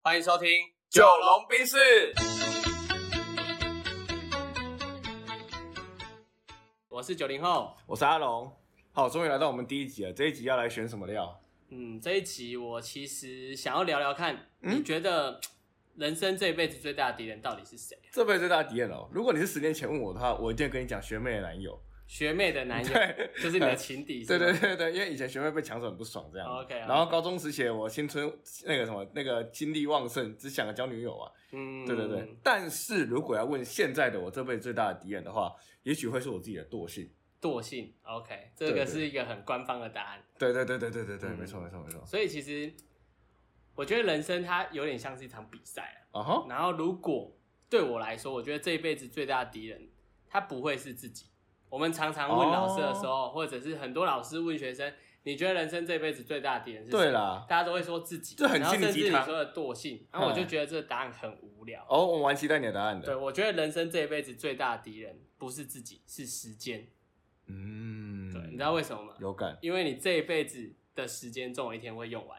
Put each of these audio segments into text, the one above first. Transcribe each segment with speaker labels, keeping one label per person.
Speaker 1: 欢迎收听《
Speaker 2: 九龙冰室。
Speaker 1: 我是九零后。
Speaker 2: 我是阿龙。好，终于来到我们第一集了。这一集要来选什么料？
Speaker 1: 嗯，这一集我其实想要聊聊看，
Speaker 2: 嗯
Speaker 1: 你觉得人生这一辈子最大的敌人到底是谁？
Speaker 2: 这辈子最大的敌人哦。如果你是十年前问我的话，我一定跟你讲学妹的男友。
Speaker 1: 学妹的男友，
Speaker 2: 对
Speaker 1: 就是哎你的情 敌。
Speaker 2: 对对
Speaker 1: 是吗，
Speaker 2: 对对，因为以前学妹被抢走很不爽这样。
Speaker 1: OK，
Speaker 2: 然后高中时期我青春那个什么那个精力旺盛，只想着交女友啊。
Speaker 1: 嗯，
Speaker 2: 对对对。但是如果要问现在的我这辈子最大的敌人的话，也许会是我自己的惰性。
Speaker 1: 惰性。OK，这个
Speaker 2: 对对
Speaker 1: 是一个很官方的答案。
Speaker 2: 对对对对对对对，
Speaker 1: 嗯
Speaker 2: 没错没错没错。
Speaker 1: 所以其实我觉得人生它有点像是一场比赛、
Speaker 2: 啊
Speaker 1: 啊、
Speaker 2: 哈，
Speaker 1: 然后如果对我来说，我觉得这一辈子最大的敌人，他不会是自己。我们常常问老师的时
Speaker 2: 哦
Speaker 1: 候，或者是很多老师问学生，你觉得人生这辈子最大的敌人是谁？
Speaker 2: 对啦。
Speaker 1: 大家都会说自己，
Speaker 2: 这很
Speaker 1: 然后
Speaker 2: 心
Speaker 1: 甚
Speaker 2: 灵
Speaker 1: 至
Speaker 2: 鸡
Speaker 1: 你
Speaker 2: 汤
Speaker 1: 说的惰性，然后我就
Speaker 2: 嗯
Speaker 1: 觉得这个答案很无聊。
Speaker 2: 哦，我蛮期待你的答案的。
Speaker 1: 对，我觉得人生这一辈子最大的敌人不是自己，是时间。
Speaker 2: 嗯，
Speaker 1: 对，你知道为什么吗？
Speaker 2: 有感
Speaker 1: 因为你这一辈子的时间总有一天会用完，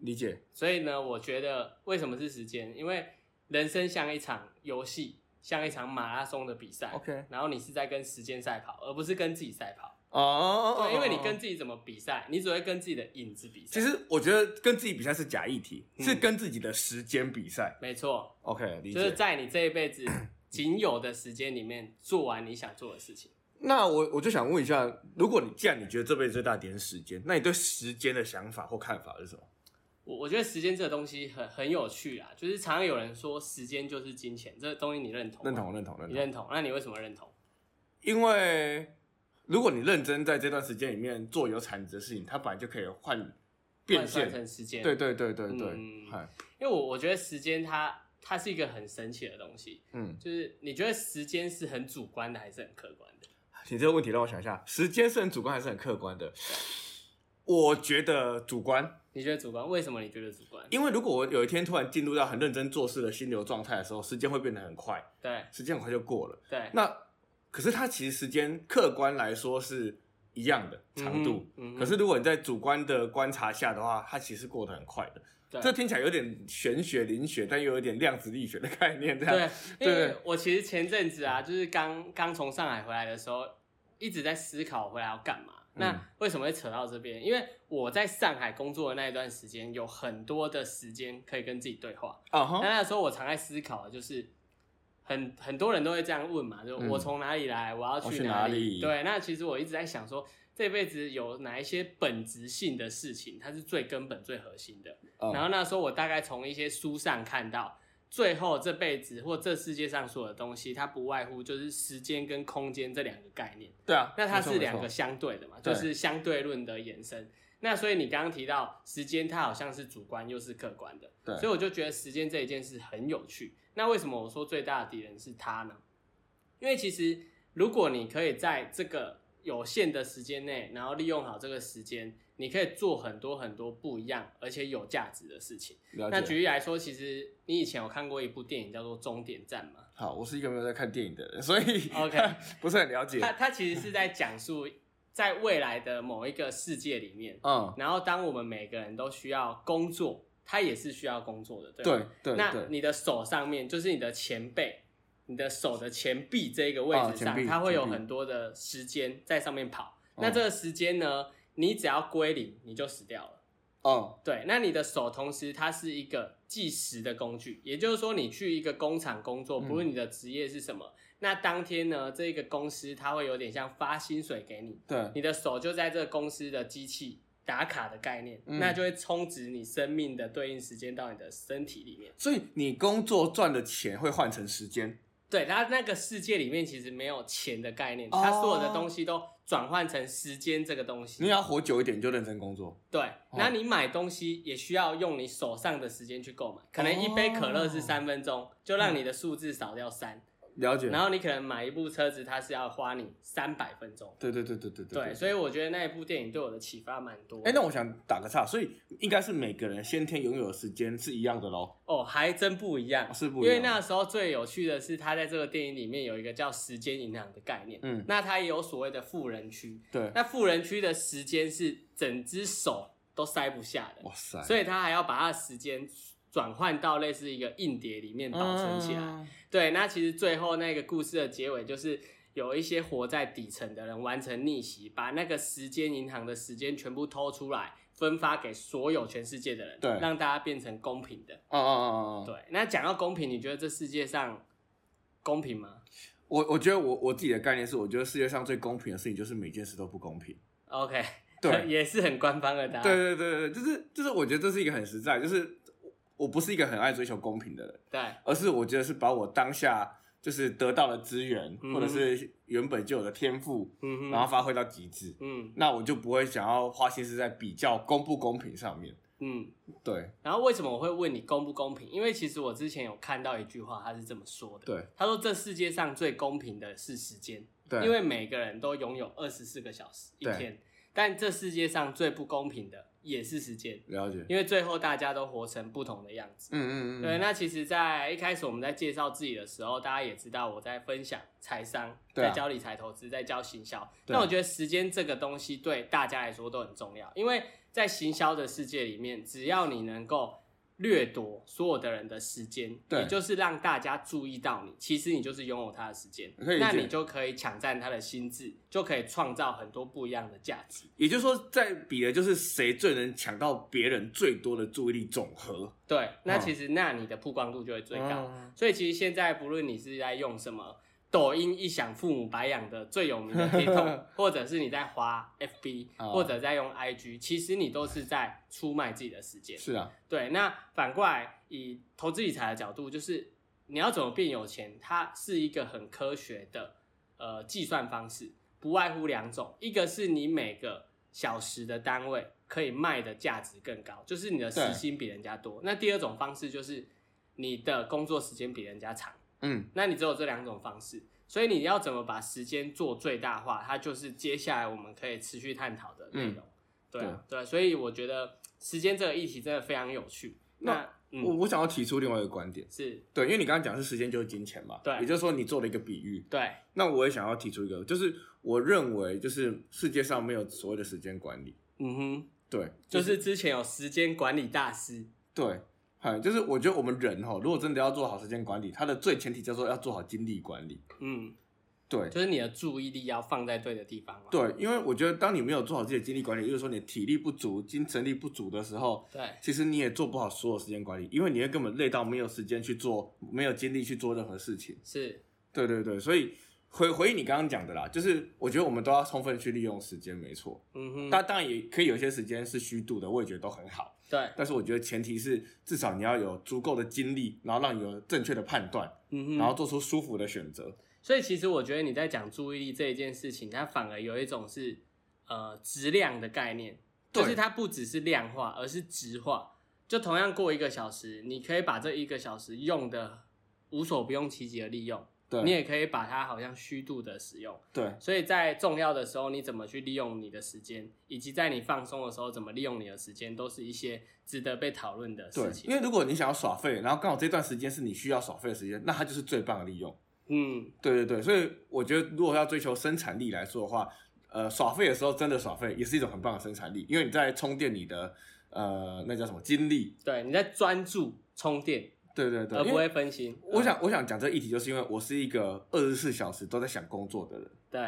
Speaker 2: 理解。
Speaker 1: 所以呢，我觉得为什么是时间？因为人生像一场游戏，像一场马拉松的比赛。
Speaker 2: OK
Speaker 1: 然后你是在跟时间赛跑，而不是跟自己赛跑。
Speaker 2: 哦
Speaker 1: 对，因为你跟自己怎么比赛，你只会跟自己的影子比赛。
Speaker 2: 其实我觉得跟自己比赛是假议题，
Speaker 1: 嗯
Speaker 2: 是跟自己的时间比赛。
Speaker 1: 没错，
Speaker 2: OK，理
Speaker 1: 就是
Speaker 2: 解。
Speaker 1: 在你这一 辈子仅有的时间里面做完你想做的事情。
Speaker 2: 那我我就想问一下，如果你既然你觉得这辈子最大的点是时间，那你对时间的想法或看法是什么？
Speaker 1: 我我觉得时间这个东西很很有趣啊，就是常常有人说时间就是金钱，这个东西你认同？
Speaker 2: 认，同，认同，认
Speaker 1: 你
Speaker 2: 同。
Speaker 1: 认同？那你为什么认同？
Speaker 2: 因为如果你认真在这段时间里面做有产值的事情，它本来就可以换变
Speaker 1: 换算
Speaker 2: 现。
Speaker 1: 成时间，
Speaker 2: 对对对对
Speaker 1: 嗯
Speaker 2: 对，嗨
Speaker 1: 因为我我觉得时间它它是一个很神奇的东西，
Speaker 2: 嗯，
Speaker 1: 就是你觉得时间是很主观的还是很客观的？
Speaker 2: 你这个问题让我想一下，时间是很主观还是很客观的？我觉得主观。
Speaker 1: 你觉得主观？为什么你觉得主观？
Speaker 2: 因为如果我有一天突然进入到很认真做事的心流状态的时候，时间会变得很快，
Speaker 1: 对
Speaker 2: 时间很快就过了。
Speaker 1: 对，
Speaker 2: 那可是它其实时间客观来说是一样的长度，
Speaker 1: 嗯哼嗯哼
Speaker 2: 可是如果你在主观的观察下的话，它其实过得很快的。
Speaker 1: 对
Speaker 2: 这听起来有点玄学、灵学，但又有点量子力学的概念，这样
Speaker 1: 对，因为
Speaker 2: 啊对
Speaker 1: 我其实前阵子啊，就是刚刚从上海回来的时候，一直在思考回来要干嘛。那
Speaker 2: 嗯
Speaker 1: 为什么会扯到这边？因为我在上海工作的那一段时间，有很多的时间可以跟自己对话。
Speaker 2: 啊哈、
Speaker 1: 那那时候我常在思考的就是，很很多人都会这样问嘛，就
Speaker 2: 嗯
Speaker 1: 我从哪里来，我要
Speaker 2: 我
Speaker 1: 去
Speaker 2: 去
Speaker 1: 哪
Speaker 2: 哪里
Speaker 1: 对，那其实我一直在想说，这辈子有哪一些本质性的事情，它是最根本、最核心的。
Speaker 2: 嗯
Speaker 1: 然后那时候我大概从一些书上看到，最后这辈子或这世界上所有的东西，它不外乎就是时间跟空间这两个概念。
Speaker 2: 对啊，
Speaker 1: 那它
Speaker 2: 没错
Speaker 1: 是两个
Speaker 2: 没错
Speaker 1: 相对的嘛，就
Speaker 2: 对
Speaker 1: 是相对论的延伸。那所以你刚刚提到时间，它好像是主观又是客观的，
Speaker 2: 对
Speaker 1: 所以我就觉得时间这一件事很有趣。那为什么我说最大的敌人是它呢？因为其实如果你可以在这个有限的时间内，然后利用好这个时间，你可以做很多很多不一样而且有价值的事情。
Speaker 2: 了
Speaker 1: 那
Speaker 2: 解
Speaker 1: 举例来说，其实你以前有看过一部电影叫做《终点站》吗？
Speaker 2: 好，我是一个没有在看电影的人，所以
Speaker 1: OK
Speaker 2: 不是很了解。
Speaker 1: 它它其实是在讲述在未来的某一个世界里面，
Speaker 2: 嗯，
Speaker 1: 然后当我们每个人都需要工作，他也是需要工作的，对吧
Speaker 2: 对对
Speaker 1: 那
Speaker 2: 对，
Speaker 1: 你的手上面就是你的前背，你的手的前臂这个位
Speaker 2: 啊
Speaker 1: 置
Speaker 2: 前
Speaker 1: 上，
Speaker 2: 臂
Speaker 1: 它会有
Speaker 2: 前臂
Speaker 1: 很多的时间在上面跑。
Speaker 2: 嗯
Speaker 1: 那这个时间呢，你只要归零，你就死掉了。
Speaker 2: 嗯
Speaker 1: 对，那你的手同时它是一个计时的工具，也就是说，你去一个工厂工作，
Speaker 2: 嗯
Speaker 1: 不论你的职业是什么，那当天呢，这个公司它会有点像发薪水给你，
Speaker 2: 对，
Speaker 1: 你的手就在这个公司的机器打卡的概念，
Speaker 2: 嗯
Speaker 1: 那就会充值你生命的对应时间到你的身体里面。
Speaker 2: 所以你工作赚的钱会换成时间。
Speaker 1: 对，然后那个世界里面其实没有钱的概念，
Speaker 2: 哦
Speaker 1: 它所有的东西都转换成时间这个东西。
Speaker 2: 你要哦活久一点，你就认真工作。
Speaker 1: 对，那你买东西也需要用你手上的时间去购买，
Speaker 2: 哦
Speaker 1: 可能一杯可乐是三分钟，就让你的数字少掉三，
Speaker 2: 了解。
Speaker 1: 然后你可能买一部车子，它是要花你三百分钟。
Speaker 2: 对对对对对对
Speaker 1: 对，所以我觉得那一部电影对我的启发蛮多的。
Speaker 2: 哎、那我想打个岔，所以应该是每个人先天拥有的时间是一样的喽。
Speaker 1: 哦，还真不一样，
Speaker 2: 是不一样
Speaker 1: 因为那时候最有趣的是，他在这个电影里面有一个叫时间银行的概念。
Speaker 2: 嗯
Speaker 1: 那它也有所谓的富人区，
Speaker 2: 对，
Speaker 1: 那富人区的时间是整只手都塞不下的，
Speaker 2: 哇塞，
Speaker 1: 所以他还要把他的时间转换到类似一个硬碟里面保存起来。
Speaker 2: 嗯
Speaker 1: 对，那其实最后那个故事的结尾就是有一些活在底层的人完成逆袭，把那个时间银行的时间全部偷出来，分发给所有全世界的人，
Speaker 2: 对
Speaker 1: 让大家变成公平的。
Speaker 2: 哦哦哦哦，
Speaker 1: 对，那讲到公平，你觉得这世界上公平吗
Speaker 2: 我我觉得我我自己的概念是，我觉得世界上最公平的事情就是每件事都不 公平。
Speaker 1: ？OK，
Speaker 2: 对
Speaker 1: 也是很官方的答案。
Speaker 2: 对对对对，就是就是，我觉得这是一个很实在，就是我我不是一个很爱追求公平的人，
Speaker 1: 对
Speaker 2: 而是我觉得是把我当下就是得到的资源，
Speaker 1: 嗯
Speaker 2: 或者是原本就有的天赋，
Speaker 1: 嗯哼，
Speaker 2: 然后发挥到极致，
Speaker 1: 嗯
Speaker 2: 那我就不会想要花心思在比较公不公平上面。
Speaker 1: 嗯，
Speaker 2: 对
Speaker 1: 然后为什么我会问你公不公平？因为其实我之前有看到一句话，他是这么说的。
Speaker 2: 对
Speaker 1: 他说：“这世界上最公平的是时间。”
Speaker 2: 对，
Speaker 1: 因为每个人都拥有二十四个小时一
Speaker 2: 对
Speaker 1: 天，但这世界上最不公平的也是时间，
Speaker 2: 了解，
Speaker 1: 因为最后大家都活成不同的样子。
Speaker 2: 嗯嗯嗯，
Speaker 1: 对，那其实，在一开始我们在介绍自己的时候，大家也知道我在分享财商，
Speaker 2: 对啊
Speaker 1: 在教理财投资，在教行销。
Speaker 2: 对
Speaker 1: 那
Speaker 2: 啊
Speaker 1: 我觉得时间这个东西对大家来说都很重要，因为在行销的世界里面，只要你能够掠夺所有的人的时间，
Speaker 2: 对
Speaker 1: 也就是让大家注意到你，其实你就是拥有他的时间，
Speaker 2: 可以理解
Speaker 1: 那你就可以抢占他的心智，就可以创造很多不一样的价值。
Speaker 2: 也就是说，在比的就是谁最能抢到别人最多的注意力总和
Speaker 1: 对，那
Speaker 2: 嗯
Speaker 1: 其实那你的曝光度就会最高。
Speaker 2: 嗯
Speaker 1: 所以其实现在不论你是在用什么抖音一响父母白养的最有名的 TikTok，或者是你在滑 FB，、
Speaker 2: 哦
Speaker 1: 或者在用 IG，其实你都是在出卖自己的时间。
Speaker 2: 是啊，
Speaker 1: 对，那反过来以投资理财的角度，就是你要怎么变有钱，它是一个很科学的呃计算方式，不外乎两种，一个是你每个小时的单位可以卖的价值更高，就是你的时
Speaker 2: 对
Speaker 1: 薪比人家多；那第二种方式就是你的工作时间比人家长。
Speaker 2: 嗯，
Speaker 1: 那你只有这两种方式，所以你要怎么把时间做最大化，它就是接下来我们可以持续探讨的内容。对啊对啊，所以我觉得时间这个议题真的非常有趣。
Speaker 2: 那
Speaker 1: 那
Speaker 2: 我
Speaker 1: 嗯，
Speaker 2: 我想要提出另外一个观点，
Speaker 1: 是
Speaker 2: 对，因为你刚刚讲是时间就是金钱嘛，
Speaker 1: 对
Speaker 2: 也就是说你做了一个比喻，
Speaker 1: 对，
Speaker 2: 那我也想要提出一个，就是我认为就是世界上没有所谓的时间管理，
Speaker 1: 嗯哼，
Speaker 2: 对，
Speaker 1: 就是之前有时间管理大师，
Speaker 2: 对，哎，就是我觉得我们人哈，如果真的要做好时间管理，它的最前提叫做要做好精力管理，
Speaker 1: 嗯，
Speaker 2: 对。
Speaker 1: 就是你的注意力要放在对的地方嘛。
Speaker 2: 对，因为我觉得当你没有做好自己的精力管理，就是说你体力不足、精神力不足的时候，
Speaker 1: 对
Speaker 2: 其实你也做不好所有时间管理，因为你会根本累到没有时间去做，没有精力去做任何事情。
Speaker 1: 是，
Speaker 2: 对对对，所以回回应你刚刚讲的啦，就是我觉得我们都要充分去利用时间，没错。
Speaker 1: 嗯
Speaker 2: 但
Speaker 1: 哼，
Speaker 2: 当然也可以有些时间是虚度的，我也觉得都很好。
Speaker 1: 对，
Speaker 2: 但是我觉得前提是至少你要有足够的精力，然后让你有正确的判断，
Speaker 1: 嗯哼，
Speaker 2: 然后做出舒服的选择。
Speaker 1: 所以其实我觉得你在讲注意力这一件事情，它反而有一种是呃质量的概念，
Speaker 2: 对
Speaker 1: 就是它不只是量化，而是质化。就同样过一个小时，你可以把这一个小时用的无所不用其极的利用，你
Speaker 2: 对
Speaker 1: 也可以把它好像虚度的使用。
Speaker 2: 对
Speaker 1: 所以在重要的时候，你怎么去利用你的时间，以及在你放松的时候怎么利用你的时间，都是一些值得被讨论的
Speaker 2: 对
Speaker 1: 事，情
Speaker 2: 因。为如果你想要耍废，然后刚好这段时间是你需要耍废的时间，那它就是最棒的利用。
Speaker 1: 嗯，
Speaker 2: 对对对，所以我觉得如果要追求生产力来说的话，呃，耍废的时候真的耍废也是一种很棒的生产力，因为你在充电你的呃那叫什么精力。
Speaker 1: 对，你在专注充电，
Speaker 2: 对对对，
Speaker 1: 而
Speaker 2: 因
Speaker 1: 不
Speaker 2: 为
Speaker 1: 会分心。嗯
Speaker 2: 我想我想讲这个议题，就是因为我是一个二十四小时都在想工作的人，
Speaker 1: 对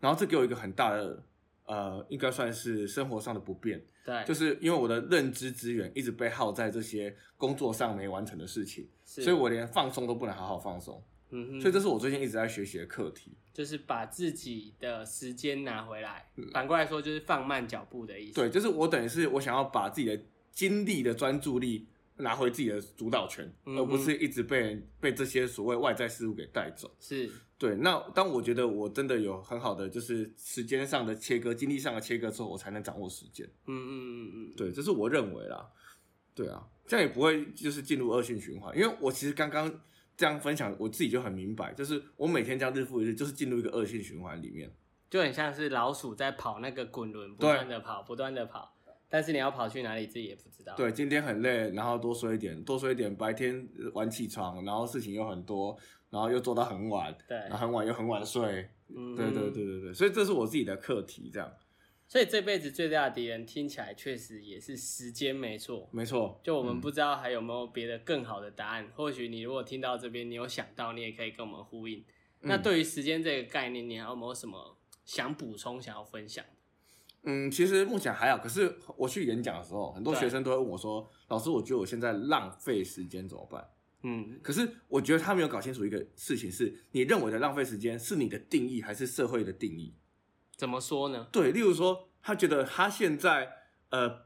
Speaker 2: 然后这给我一个很大的呃，应该算是生活上的不便，
Speaker 1: 对，
Speaker 2: 就是因为我的认知资源一直被耗在这些工作上没完成的事情，
Speaker 1: 是
Speaker 2: 所以我连放松都不能好好放松，
Speaker 1: 嗯哼，
Speaker 2: 所以这是我最近一直在学习的课题。
Speaker 1: 就是把自己的时间拿回来，反过来说就是放慢脚步的意思。
Speaker 2: 嗯对，就是我等于是我想要把自己的精力的专注力拿回自己的主导权，
Speaker 1: 嗯哼
Speaker 2: 而不是一直被人被这些所谓外在事物给带走。
Speaker 1: 是，
Speaker 2: 对，那当我觉得我真的有很好的就是时间上的切割、精力上的切割之后，我才能掌握时间。
Speaker 1: 嗯嗯嗯嗯，
Speaker 2: 对，这是我认为啦。对啊，这样也不会就是进入恶性循环，因为我其实刚刚这样分享，我自己就很明白，就是我每天这样日复一日，就是进入一个恶性循环里面。
Speaker 1: 就很像是老鼠在跑那个滚轮，不
Speaker 2: 对
Speaker 1: 断的跑，不断的跑，但是你要跑去哪里自己也不知道。，
Speaker 2: 对，今天很累，然后多睡一点，多睡一点，白天呃晚起床，然后事情又很多，然后又做到很晚，
Speaker 1: 对
Speaker 2: 然后很晚又很晚睡，
Speaker 1: 嗯
Speaker 2: 对对对，对对，所以这是我自己的课题，这样，
Speaker 1: 所以这辈子最大的敌人听起来确实也是时间，没错。
Speaker 2: 没错，
Speaker 1: 就我们
Speaker 2: 嗯
Speaker 1: 不知道还有没有别的更好的答案，或许你如果听到这边，你有想到，你也可以跟我们呼应。那
Speaker 2: 嗯
Speaker 1: 对于时间这个概念，你还有没有什么想补充、想要分享？
Speaker 2: 嗯，其实目前还好，可是我去演讲的时候，很多
Speaker 1: 对
Speaker 2: 学生都会问我说：“老师，我觉得我现在浪费时间怎么办
Speaker 1: 嗯？”，
Speaker 2: 可是我觉得他没有搞清楚一个事情是：你认为的浪费时间是你的定义，还是社会的定义？
Speaker 1: 怎么说呢？
Speaker 2: 对，例如说，他觉得他现在呃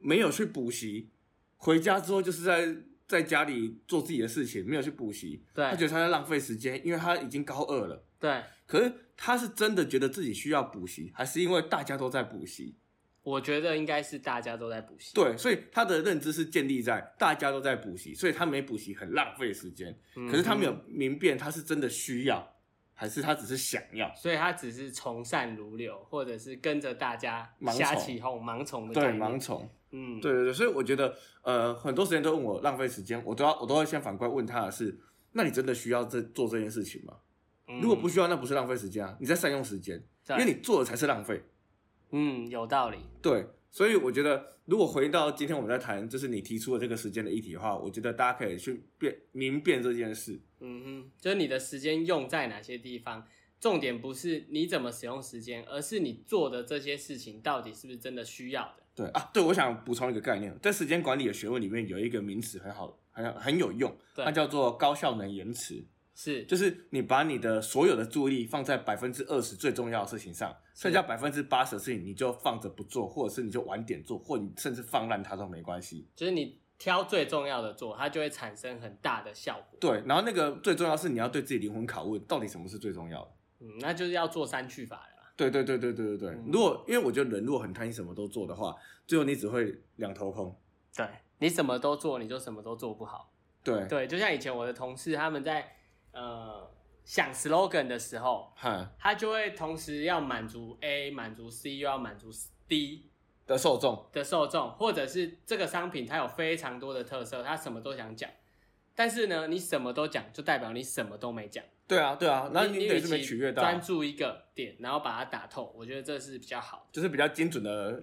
Speaker 2: 没有去补习，回家之后就是在在家里做自己的事情，没有去补习，
Speaker 1: 对
Speaker 2: 他觉得他在浪费时间，因为他已经高二了。
Speaker 1: 对，
Speaker 2: 可是他是真的觉得自己需要补习，还是因为大家都在补习？
Speaker 1: 我觉得应该是大家都在补习。
Speaker 2: 对，所以他的认知是建立在大家都在补习，所以他没补习很浪费时间。
Speaker 1: 嗯，
Speaker 2: 可是他没有明辨他是真的需要，还是他只是想要。
Speaker 1: 所以他只是从善如流，或者是跟着大家
Speaker 2: 盲从
Speaker 1: 瞎起哄、盲从的
Speaker 2: 对
Speaker 1: 概，念。
Speaker 2: 盲从。
Speaker 1: 嗯，
Speaker 2: 对对对，所以我觉得，呃，很多时间都问我浪费时间，我都要我都会先反过来问他的是，那你真的需要这做这件事情吗？
Speaker 1: 嗯，
Speaker 2: 如果不需要，那不是浪费时间啊，你在善用时间，
Speaker 1: 对，
Speaker 2: 因为你做的才是浪费。
Speaker 1: 嗯有道理。
Speaker 2: 对，所以我觉得，如果回到今天我们在谈，就是你提出的这个时间的议题的话，我觉得大家可以去辨明辨这件事。
Speaker 1: 嗯哼，就是你的时间用在哪些地方，重点不是你怎么使用时间，而是你做的这些事情到底是不是真的需要的。
Speaker 2: 对啊，对，我想补充一个概念，在时间管理的学问里面有一个名词很好，很很有用，
Speaker 1: 对
Speaker 2: 它叫做高效能延迟。
Speaker 1: 是，
Speaker 2: 就是你把你的所有的注意力放在百分之二十最重要的事情上，
Speaker 1: 是
Speaker 2: 剩下百分之八十的事情你就放着不做，或者是你就晚点做，或你甚至放烂它都没关系。
Speaker 1: 就是你挑最重要的做，它就会产生很大的效果。
Speaker 2: 对，然后那个最重要是你要对自己灵魂拷问，到底什么是最重要的？
Speaker 1: 嗯，那就是要做三去法了啦。
Speaker 2: 对对对对对对对。
Speaker 1: 嗯
Speaker 2: 如果因为我觉得人如果很贪心，什么都做的话，最后你只会两头空。
Speaker 1: 对，你什么都做，你就什么都做不好。
Speaker 2: 对，
Speaker 1: 对，就像以前我的同事他们在呃想 slogan 的时候，
Speaker 2: 哈
Speaker 1: 他就会同时要满足 A、满足 C，又要满足 D
Speaker 2: 的受众，
Speaker 1: 的受众，或者是这个商品它有非常多的特色，它什么都想讲。但是呢，你什么都讲，就代表你什么都没讲。
Speaker 2: 对啊对啊，然后你
Speaker 1: 你
Speaker 2: 得
Speaker 1: 与
Speaker 2: 是被
Speaker 1: 其
Speaker 2: 取悦到，
Speaker 1: 专注一个点，然后把它打透，我觉得这是比较好的。
Speaker 2: 就是比较精准的，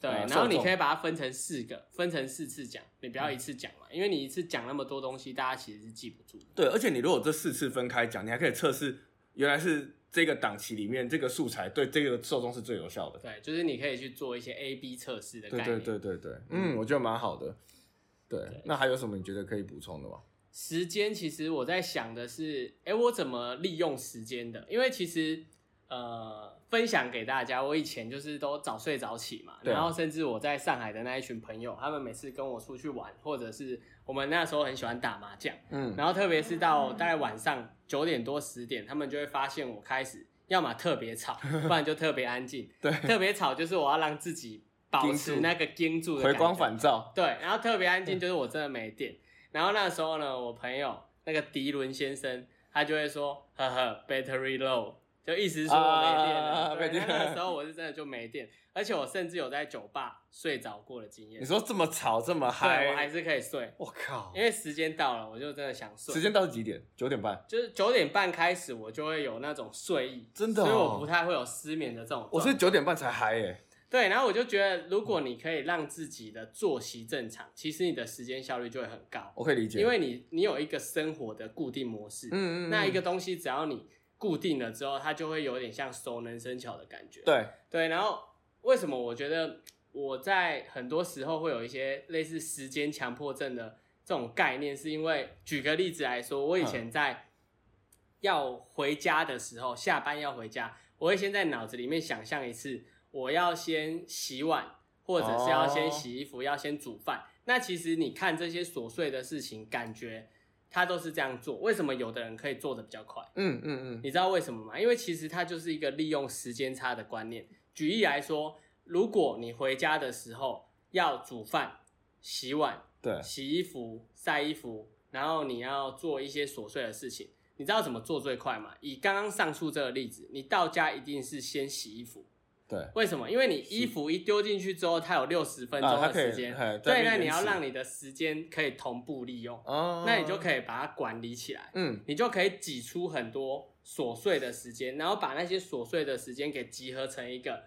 Speaker 1: 对，
Speaker 2: 呃
Speaker 1: 然后
Speaker 2: 受
Speaker 1: 你
Speaker 2: 众嗯
Speaker 1: 可以把它分成四个，分成四次讲，你不要一次讲嘛，因为你一次讲那么多东西，大家其实是记不住的。
Speaker 2: 对，而且你如果这四次分开讲，你还可以测试原来是这个档期里面这个素材对这个受众是最有效的。
Speaker 1: 对，就是你可以去做一些 A B 测试的概
Speaker 2: 对
Speaker 1: 念。
Speaker 2: 对对对对，嗯，我觉得蛮好的。对，那还有什么你觉得可以补充的吗？
Speaker 1: 嗯时间其实我在想的是，哎，我怎么利用时间的？因为其实呃，分享给大家，我以前就是都早睡早起嘛，
Speaker 2: 对啊
Speaker 1: 然后甚至我在上海的那一群朋友，他们每次跟我出去玩，或者是我们那时候很喜欢打麻将，
Speaker 2: 嗯，
Speaker 1: 然后特别是到大概晚上九点多十点，他们就会发现我开始要么特别吵，不然就特别安静。
Speaker 2: 对，
Speaker 1: 特别吵就是我要让自己保
Speaker 2: 盯
Speaker 1: 持
Speaker 2: 住
Speaker 1: 那个盯住的
Speaker 2: 回
Speaker 1: 感
Speaker 2: 光
Speaker 1: 觉
Speaker 2: 返照。
Speaker 1: 对，然后特别安静，就是我真的没电。然后那时候呢，我朋友那个迪伦先生，他就会说，呵呵，battery low，就意思是说我没电了。
Speaker 2: 啊
Speaker 1: 对
Speaker 2: 没电
Speaker 1: 那那时 候我是真的就没电，而且我甚至有在酒吧睡着过的经验
Speaker 2: 你。说这么吵这么嗨，
Speaker 1: 对，我还是可以睡，
Speaker 2: 我靠
Speaker 1: 因！为时间到了，我就真的想睡。
Speaker 2: 时间到几点？九点半。
Speaker 1: 就是九点半开始，我就会有那种睡意，
Speaker 2: 真的哦
Speaker 1: 所以我不太会有失眠的这种状态。
Speaker 2: 我是九点半才嗨耶。
Speaker 1: 对，然后我就觉得，如果你可以让自己的作息正常，其实你的时间效率就会很高。
Speaker 2: 我可以理解。
Speaker 1: 因为你你有一个生活的固定模式，
Speaker 2: 嗯嗯，嗯
Speaker 1: 那一个东西只要你固定了之后，它就会有点像熟能生巧的感觉。
Speaker 2: 对
Speaker 1: 对然后为什么我觉得我在很多时候会有一些类似时间强迫症的这种概念，是因为举个例子来说，我以前在要回家的时候，下班要回家，我会先在脑子里面想象一次，我要先洗碗，或者是要先洗衣服，要先煮饭。那其实你看这些琐碎的事情，感觉他都是这样做。为什么有的人可以做的比较快？
Speaker 2: 嗯嗯嗯，
Speaker 1: 你知道为什么吗？因为其实它就是一个利用时间差的观念。举例来说，如果你回家的时候要煮饭、洗碗、
Speaker 2: 对，
Speaker 1: 洗衣服、晒衣服，然后你要做一些琐碎的事情，你知道怎么做最快吗？以刚刚上述这个例子，你到家一定是先洗衣服。
Speaker 2: 对，
Speaker 1: 为什么？因为你衣服一丢进去之后，它有六十分
Speaker 2: 啊
Speaker 1: 钟
Speaker 2: 它
Speaker 1: 的
Speaker 2: 可以
Speaker 1: 时间，
Speaker 2: 嘿在
Speaker 1: 对，
Speaker 2: 那边
Speaker 1: 那你
Speaker 2: 延
Speaker 1: 要
Speaker 2: 迟
Speaker 1: 让你的时间可以同步利用，
Speaker 2: 哦，
Speaker 1: 那你就可以把它管理起来。
Speaker 2: 嗯
Speaker 1: 你就可以挤出很多琐碎的时间，然后把那些琐碎的时间给集合成一个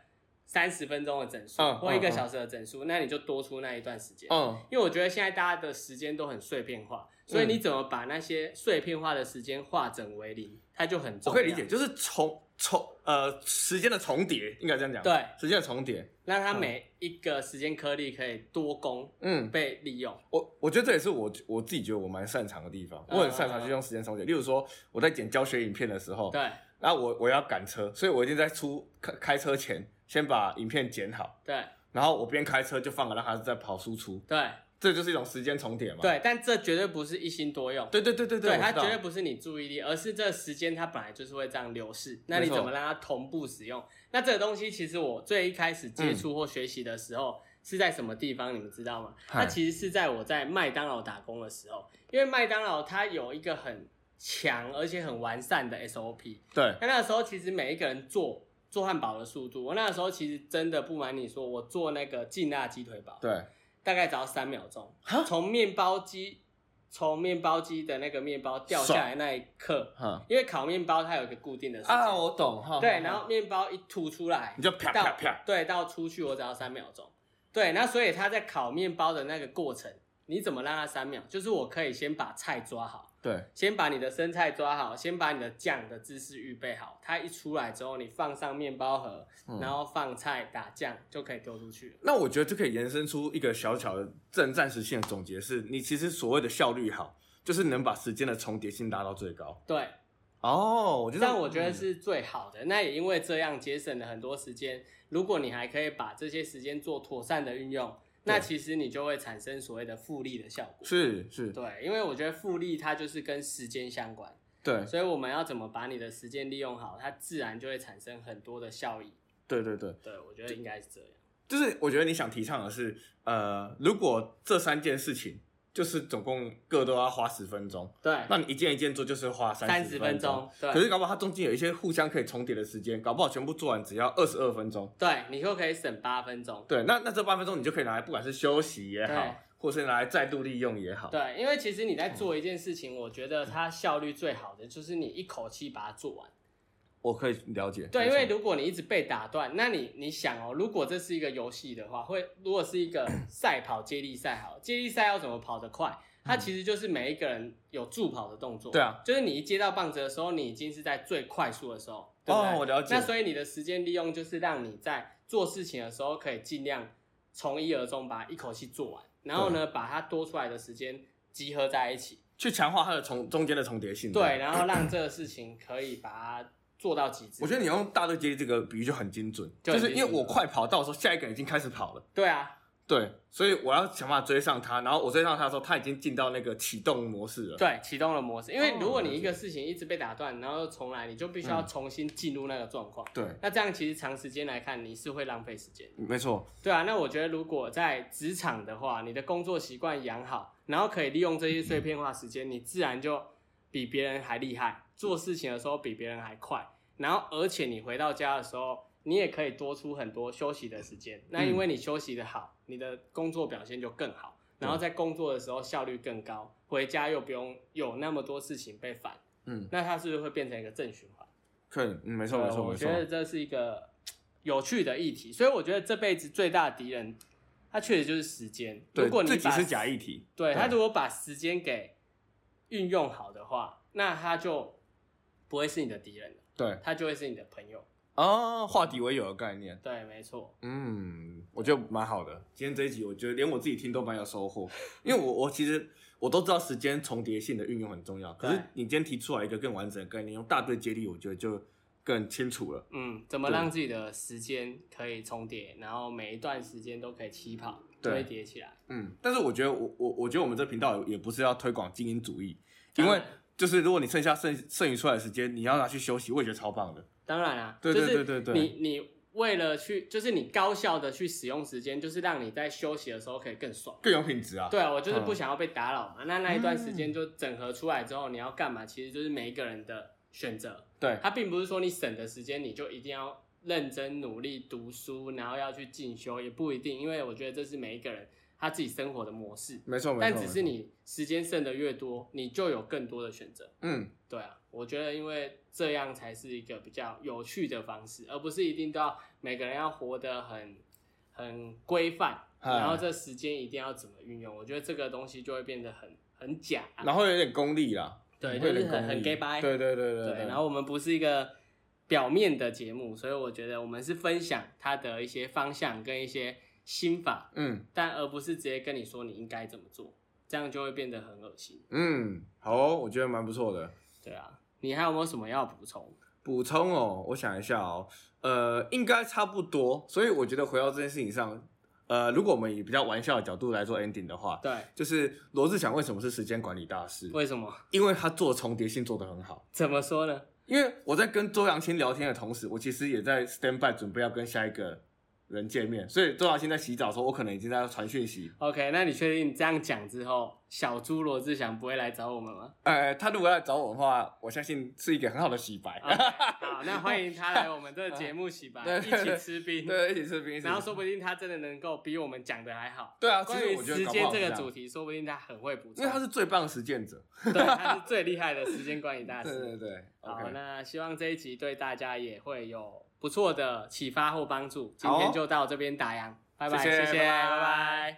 Speaker 1: 三十分钟的整数、
Speaker 2: 嗯
Speaker 1: 或一个
Speaker 2: 嗯
Speaker 1: 小时的整数，那你就多出那一段时间。
Speaker 2: 嗯，
Speaker 1: 因为我觉得现在大家的时间都很碎片化，所以
Speaker 2: 嗯
Speaker 1: 你怎么把那些碎片化的时间化整为零，它就很
Speaker 2: 我
Speaker 1: 重要。
Speaker 2: 可以理解，就是重重呃时间的重叠，应该这样讲，，
Speaker 1: 对，
Speaker 2: 时间的重叠，
Speaker 1: 让它每一个时间颗粒可以多功
Speaker 2: 嗯，
Speaker 1: 被利用。
Speaker 2: 我我觉得这也是我我自己觉得我蛮擅长的地方，
Speaker 1: 嗯
Speaker 2: 我很擅长去用时间重叠。例如说，我在剪教学影片的时候，
Speaker 1: 对
Speaker 2: 然后我我要赶车，所以我一定在出开开车前先把影片剪好，
Speaker 1: 对
Speaker 2: 然后我边开车就放了让它在跑输出，
Speaker 1: 对
Speaker 2: 这就是一种时间重叠嘛。
Speaker 1: 对，但这绝对不是一心多用。
Speaker 2: 对对对对
Speaker 1: 对，
Speaker 2: 对，
Speaker 1: 它
Speaker 2: 我知道
Speaker 1: 绝对不是你注意力，而是这时间它本来就是会这样流逝。那你
Speaker 2: 没错
Speaker 1: 怎么让它同步使用？那这个东西其实我最一开始
Speaker 2: 嗯
Speaker 1: 接触或学习的时候、是在什么地方？你们知道吗？它
Speaker 2: 嗨
Speaker 1: 其实是在我在麦当劳打工的时候，因为麦当劳它有一个很强而且很完善的 SOP。
Speaker 2: 对，
Speaker 1: 那那个时候其实每一个人做做汉堡的速度，我那个时候其实真的不瞒你说，我做那个劲辣鸡腿堡，
Speaker 2: 对，
Speaker 1: 大概只要三秒钟
Speaker 2: 哈，
Speaker 1: 从面包机从面包机的那个面包掉下来那一刻，
Speaker 2: 哈
Speaker 1: 因为烤面包它有一个固定的时间，
Speaker 2: 啊，我懂哈。
Speaker 1: 对
Speaker 2: 哈，
Speaker 1: 然后面包一吐出来
Speaker 2: 你，就啪
Speaker 1: 到
Speaker 2: 啪啪，
Speaker 1: 对，到出去我只要三秒钟，对，那所以它在烤面包的那个过程，你怎么让它三秒？就是我可以先把菜抓好。
Speaker 2: 对，
Speaker 1: 先把你的生菜抓好，先把你的酱的姿势预备好。它一出来之后，你放上面包盒，
Speaker 2: 嗯
Speaker 1: 然后放菜打酱就可以丢出去了。
Speaker 2: 那我觉得就可以延伸出一个小小的正暂时性的总结是，你其实所谓的效率好，就是能把时间的重叠性拉到最高。
Speaker 1: 对，
Speaker 2: 哦，我觉得
Speaker 1: 但我觉得
Speaker 2: 嗯
Speaker 1: 是最好的。那也因为这样节省了很多时间。如果你还可以把这些时间做妥善的运用，那
Speaker 2: 对
Speaker 1: 其实你就会产生所谓的复利的效果。
Speaker 2: 是是，
Speaker 1: 对，因为我觉得复利它就是跟时间相关，
Speaker 2: 对
Speaker 1: 所以我们要怎么把你的时间利用好，它自然就会产生很多的效益。
Speaker 2: 对对对，
Speaker 1: 对，我觉得应该是这样。
Speaker 2: 就是我觉得你想提倡的是，呃，如果这三件事情就是总共各都要花十分钟，
Speaker 1: 对，
Speaker 2: 那你一件一件做就是花
Speaker 1: 三
Speaker 2: 十
Speaker 1: 十分
Speaker 2: 钟。
Speaker 1: 钟，对，
Speaker 2: 可是搞不好它中间有一些互相可以重叠的时间，搞不好全部做完只要二十二分钟。
Speaker 1: 对你就可以省八分钟。
Speaker 2: 对，那那这八分钟你就可以拿来，不管是休息也
Speaker 1: 对
Speaker 2: 好，或是拿来再度利用也好。
Speaker 1: 对，因为其实你
Speaker 2: 嗯
Speaker 1: 在做一件事情，我觉得它效率最好的就是你一口气把它做完。
Speaker 2: 我可以了解。
Speaker 1: 对，
Speaker 2: 没
Speaker 1: 因
Speaker 2: 错
Speaker 1: 为如果你一直被打断，那你你想哦，如果这是一个游戏的话，会如果是一个赛跑接力赛，好了，接力赛要怎么跑得快？它其实就是每一个人有助跑的动作。
Speaker 2: 嗯对啊，
Speaker 1: 就是你一接到棒子的时候，你已经是在最快速的时候，对不对？
Speaker 2: 哦，我了解
Speaker 1: 那。所以你的时间利用就是让你在做事情的时候可以尽量从一而终，把它一口气做完，然后呢，把它多出来的时间集合在一起，
Speaker 2: 去强化它的重中间的重叠性。啊
Speaker 1: 对，，然后让这个事情可以把它做到极致。
Speaker 2: 我觉得你用大队接力这个比喻就很精准，
Speaker 1: 就
Speaker 2: 就
Speaker 1: 很
Speaker 2: 是因为
Speaker 1: 精准
Speaker 2: 我快跑到的时候，下一个人已经开始跑了。
Speaker 1: 对啊，
Speaker 2: 对，所以我要想办法追上他，然后我追上他的时候，他已经进到那个启动模式了。
Speaker 1: 对，启动了模式，因为
Speaker 2: 哦
Speaker 1: 如果
Speaker 2: 了
Speaker 1: 你一
Speaker 2: 解
Speaker 1: 个事情一直被打断，然后又重来，你就必须要
Speaker 2: 嗯
Speaker 1: 重新进入那个状况。
Speaker 2: 对，
Speaker 1: 那这样其实长时间来看，你是会浪费时间的。
Speaker 2: 没错，
Speaker 1: 对啊，那我觉得如果在职场的话，你的工作习惯养好，然后可以利用这些碎片化时间，你自然就比别人还厉害，做事情的时候比别人还快，然后而且你回到家的时候，你也可以多出很多休息的时间。那因为你休息的好，你的工作表现就更好，然后在工作的时候效率更高，回家又不用有那么多事情被烦，
Speaker 2: 嗯，
Speaker 1: 那它是不是会变成一个正循环？
Speaker 2: 可以，嗯，没错，
Speaker 1: 对
Speaker 2: 没错，
Speaker 1: 我
Speaker 2: 没
Speaker 1: 觉得
Speaker 2: 错。
Speaker 1: 这是一个有趣的议题，所以我觉得这辈子最大的敌人，他确实就是时间。
Speaker 2: 对，
Speaker 1: 如果你
Speaker 2: 这只
Speaker 1: 把
Speaker 2: 是假议题，
Speaker 1: 对
Speaker 2: 对
Speaker 1: 他如果把时间给运用好的话，那他就不会是你的敌人了，
Speaker 2: 对，
Speaker 1: 他就会是你的朋友。
Speaker 2: 哦，化敌为友的概念，
Speaker 1: 对，没错，
Speaker 2: 嗯，我觉得蛮好的。今天这一集，我觉得连我自己听都蛮有收获， 因为我我其实我都知道时间重叠性的运用很重要，可是
Speaker 1: 对
Speaker 2: 你今天提出来一个更完整的概念，用大队接力，我觉得就更清楚了。
Speaker 1: 嗯，怎么
Speaker 2: 对
Speaker 1: 让自己的时间可以重叠，然后每一段时间都可以起跑
Speaker 2: 对
Speaker 1: 堆叠起来？
Speaker 2: 嗯，但是我觉得我我我觉得我们这频道也不是要推广精英主义，因
Speaker 1: 当然
Speaker 2: 为就是如果你剩下剩剩余出来的时间，你要拿去休息，我也觉得超棒的。
Speaker 1: 当然啊，
Speaker 2: 对
Speaker 1: 就是
Speaker 2: 对对对对
Speaker 1: 你你为了去，就是你高效的去使用时间，就是让你在休息的时候可以更爽。
Speaker 2: 更有品质啊。
Speaker 1: 对啊，我就是不想要被打扰嘛。那那一段时
Speaker 2: 嗯
Speaker 1: 间就整合出来之后，你要干嘛？其实就是每一个人的选择，
Speaker 2: 对
Speaker 1: 它并不是说你省的时间你就一定要认真努力读书，然后要去进修，也不一定，因为我觉得这是每一个人他自己生活的模式。
Speaker 2: 没错没错。
Speaker 1: 但只
Speaker 2: 没
Speaker 1: 是
Speaker 2: 错，
Speaker 1: 你时间剩的越多，你就有更多的选择。
Speaker 2: 嗯，
Speaker 1: 对啊，我觉得因为这样才是一个比较有趣的方式，而不是一定都要每个人要活得很很规范，
Speaker 2: 嗯
Speaker 1: 然后这时间一定要怎么运用。我觉得这个东西就会变得很很假啊、
Speaker 2: 然后有点功利啦，
Speaker 1: 对，
Speaker 2: 会
Speaker 1: 就
Speaker 2: 有
Speaker 1: 是
Speaker 2: 点
Speaker 1: 很
Speaker 2: 功
Speaker 1: 很
Speaker 2: 利。
Speaker 1: gay bye。
Speaker 2: 对对对对
Speaker 1: 对
Speaker 2: 对。
Speaker 1: 然后我们不是一个表面的节目，所以我觉得我们是分享它的一些方向跟一些心法，
Speaker 2: 嗯
Speaker 1: 但而不是直接跟你说你应该怎么做，这样就会变得很恶心。
Speaker 2: 嗯，好哦、我觉得蛮不错的。
Speaker 1: 对啊，你还有没有什么要补充？
Speaker 2: 补充哦，我想一下哦，呃，应该差不多。所以我觉得回到这件事情上，呃，如果我们以比较玩笑的角度来做 ending 的话，
Speaker 1: 对，
Speaker 2: 就是罗志祥为什么是时间管理大师？
Speaker 1: 为什么？
Speaker 2: 因为他做重叠性做得很好。
Speaker 1: 怎么说呢？
Speaker 2: 因为我在跟周扬青聊天的同时，我其实也在 stand by 准备要跟下一个人见面，所以周扬青在洗澡的时候，我可能已经在传讯息。
Speaker 1: OK，那你确定这样讲之后，小猪罗志祥不会来找我们吗？
Speaker 2: 呃，他如果来找我的话，我相信是一个很好的洗白。
Speaker 1: OK，好，那欢迎他来我们这个节目洗白，
Speaker 2: 对
Speaker 1: 一
Speaker 2: 对对
Speaker 1: 起吃冰。
Speaker 2: 对，一起吃冰。一起吃
Speaker 1: 然后说不定他真的能够比我们讲的还好。
Speaker 2: 对啊，其
Speaker 1: 关于
Speaker 2: 实我觉得
Speaker 1: 时
Speaker 2: 搞不
Speaker 1: 间
Speaker 2: 好
Speaker 1: 这
Speaker 2: 是
Speaker 1: 个
Speaker 2: 样
Speaker 1: 主，题，说不定他很会补充，
Speaker 2: 因为他是最棒的实践者。
Speaker 1: 对，他是最厉害的时间管理大
Speaker 2: 对对
Speaker 1: 师。
Speaker 2: 对
Speaker 1: 啊好
Speaker 2: ，OK，
Speaker 1: 那希望这一集对大家也会有不错的启发或帮助。今
Speaker 2: 好哦
Speaker 1: 天就到这边打烊，拜拜，
Speaker 2: 谢谢
Speaker 1: 谢谢，
Speaker 2: 拜拜
Speaker 1: 拜拜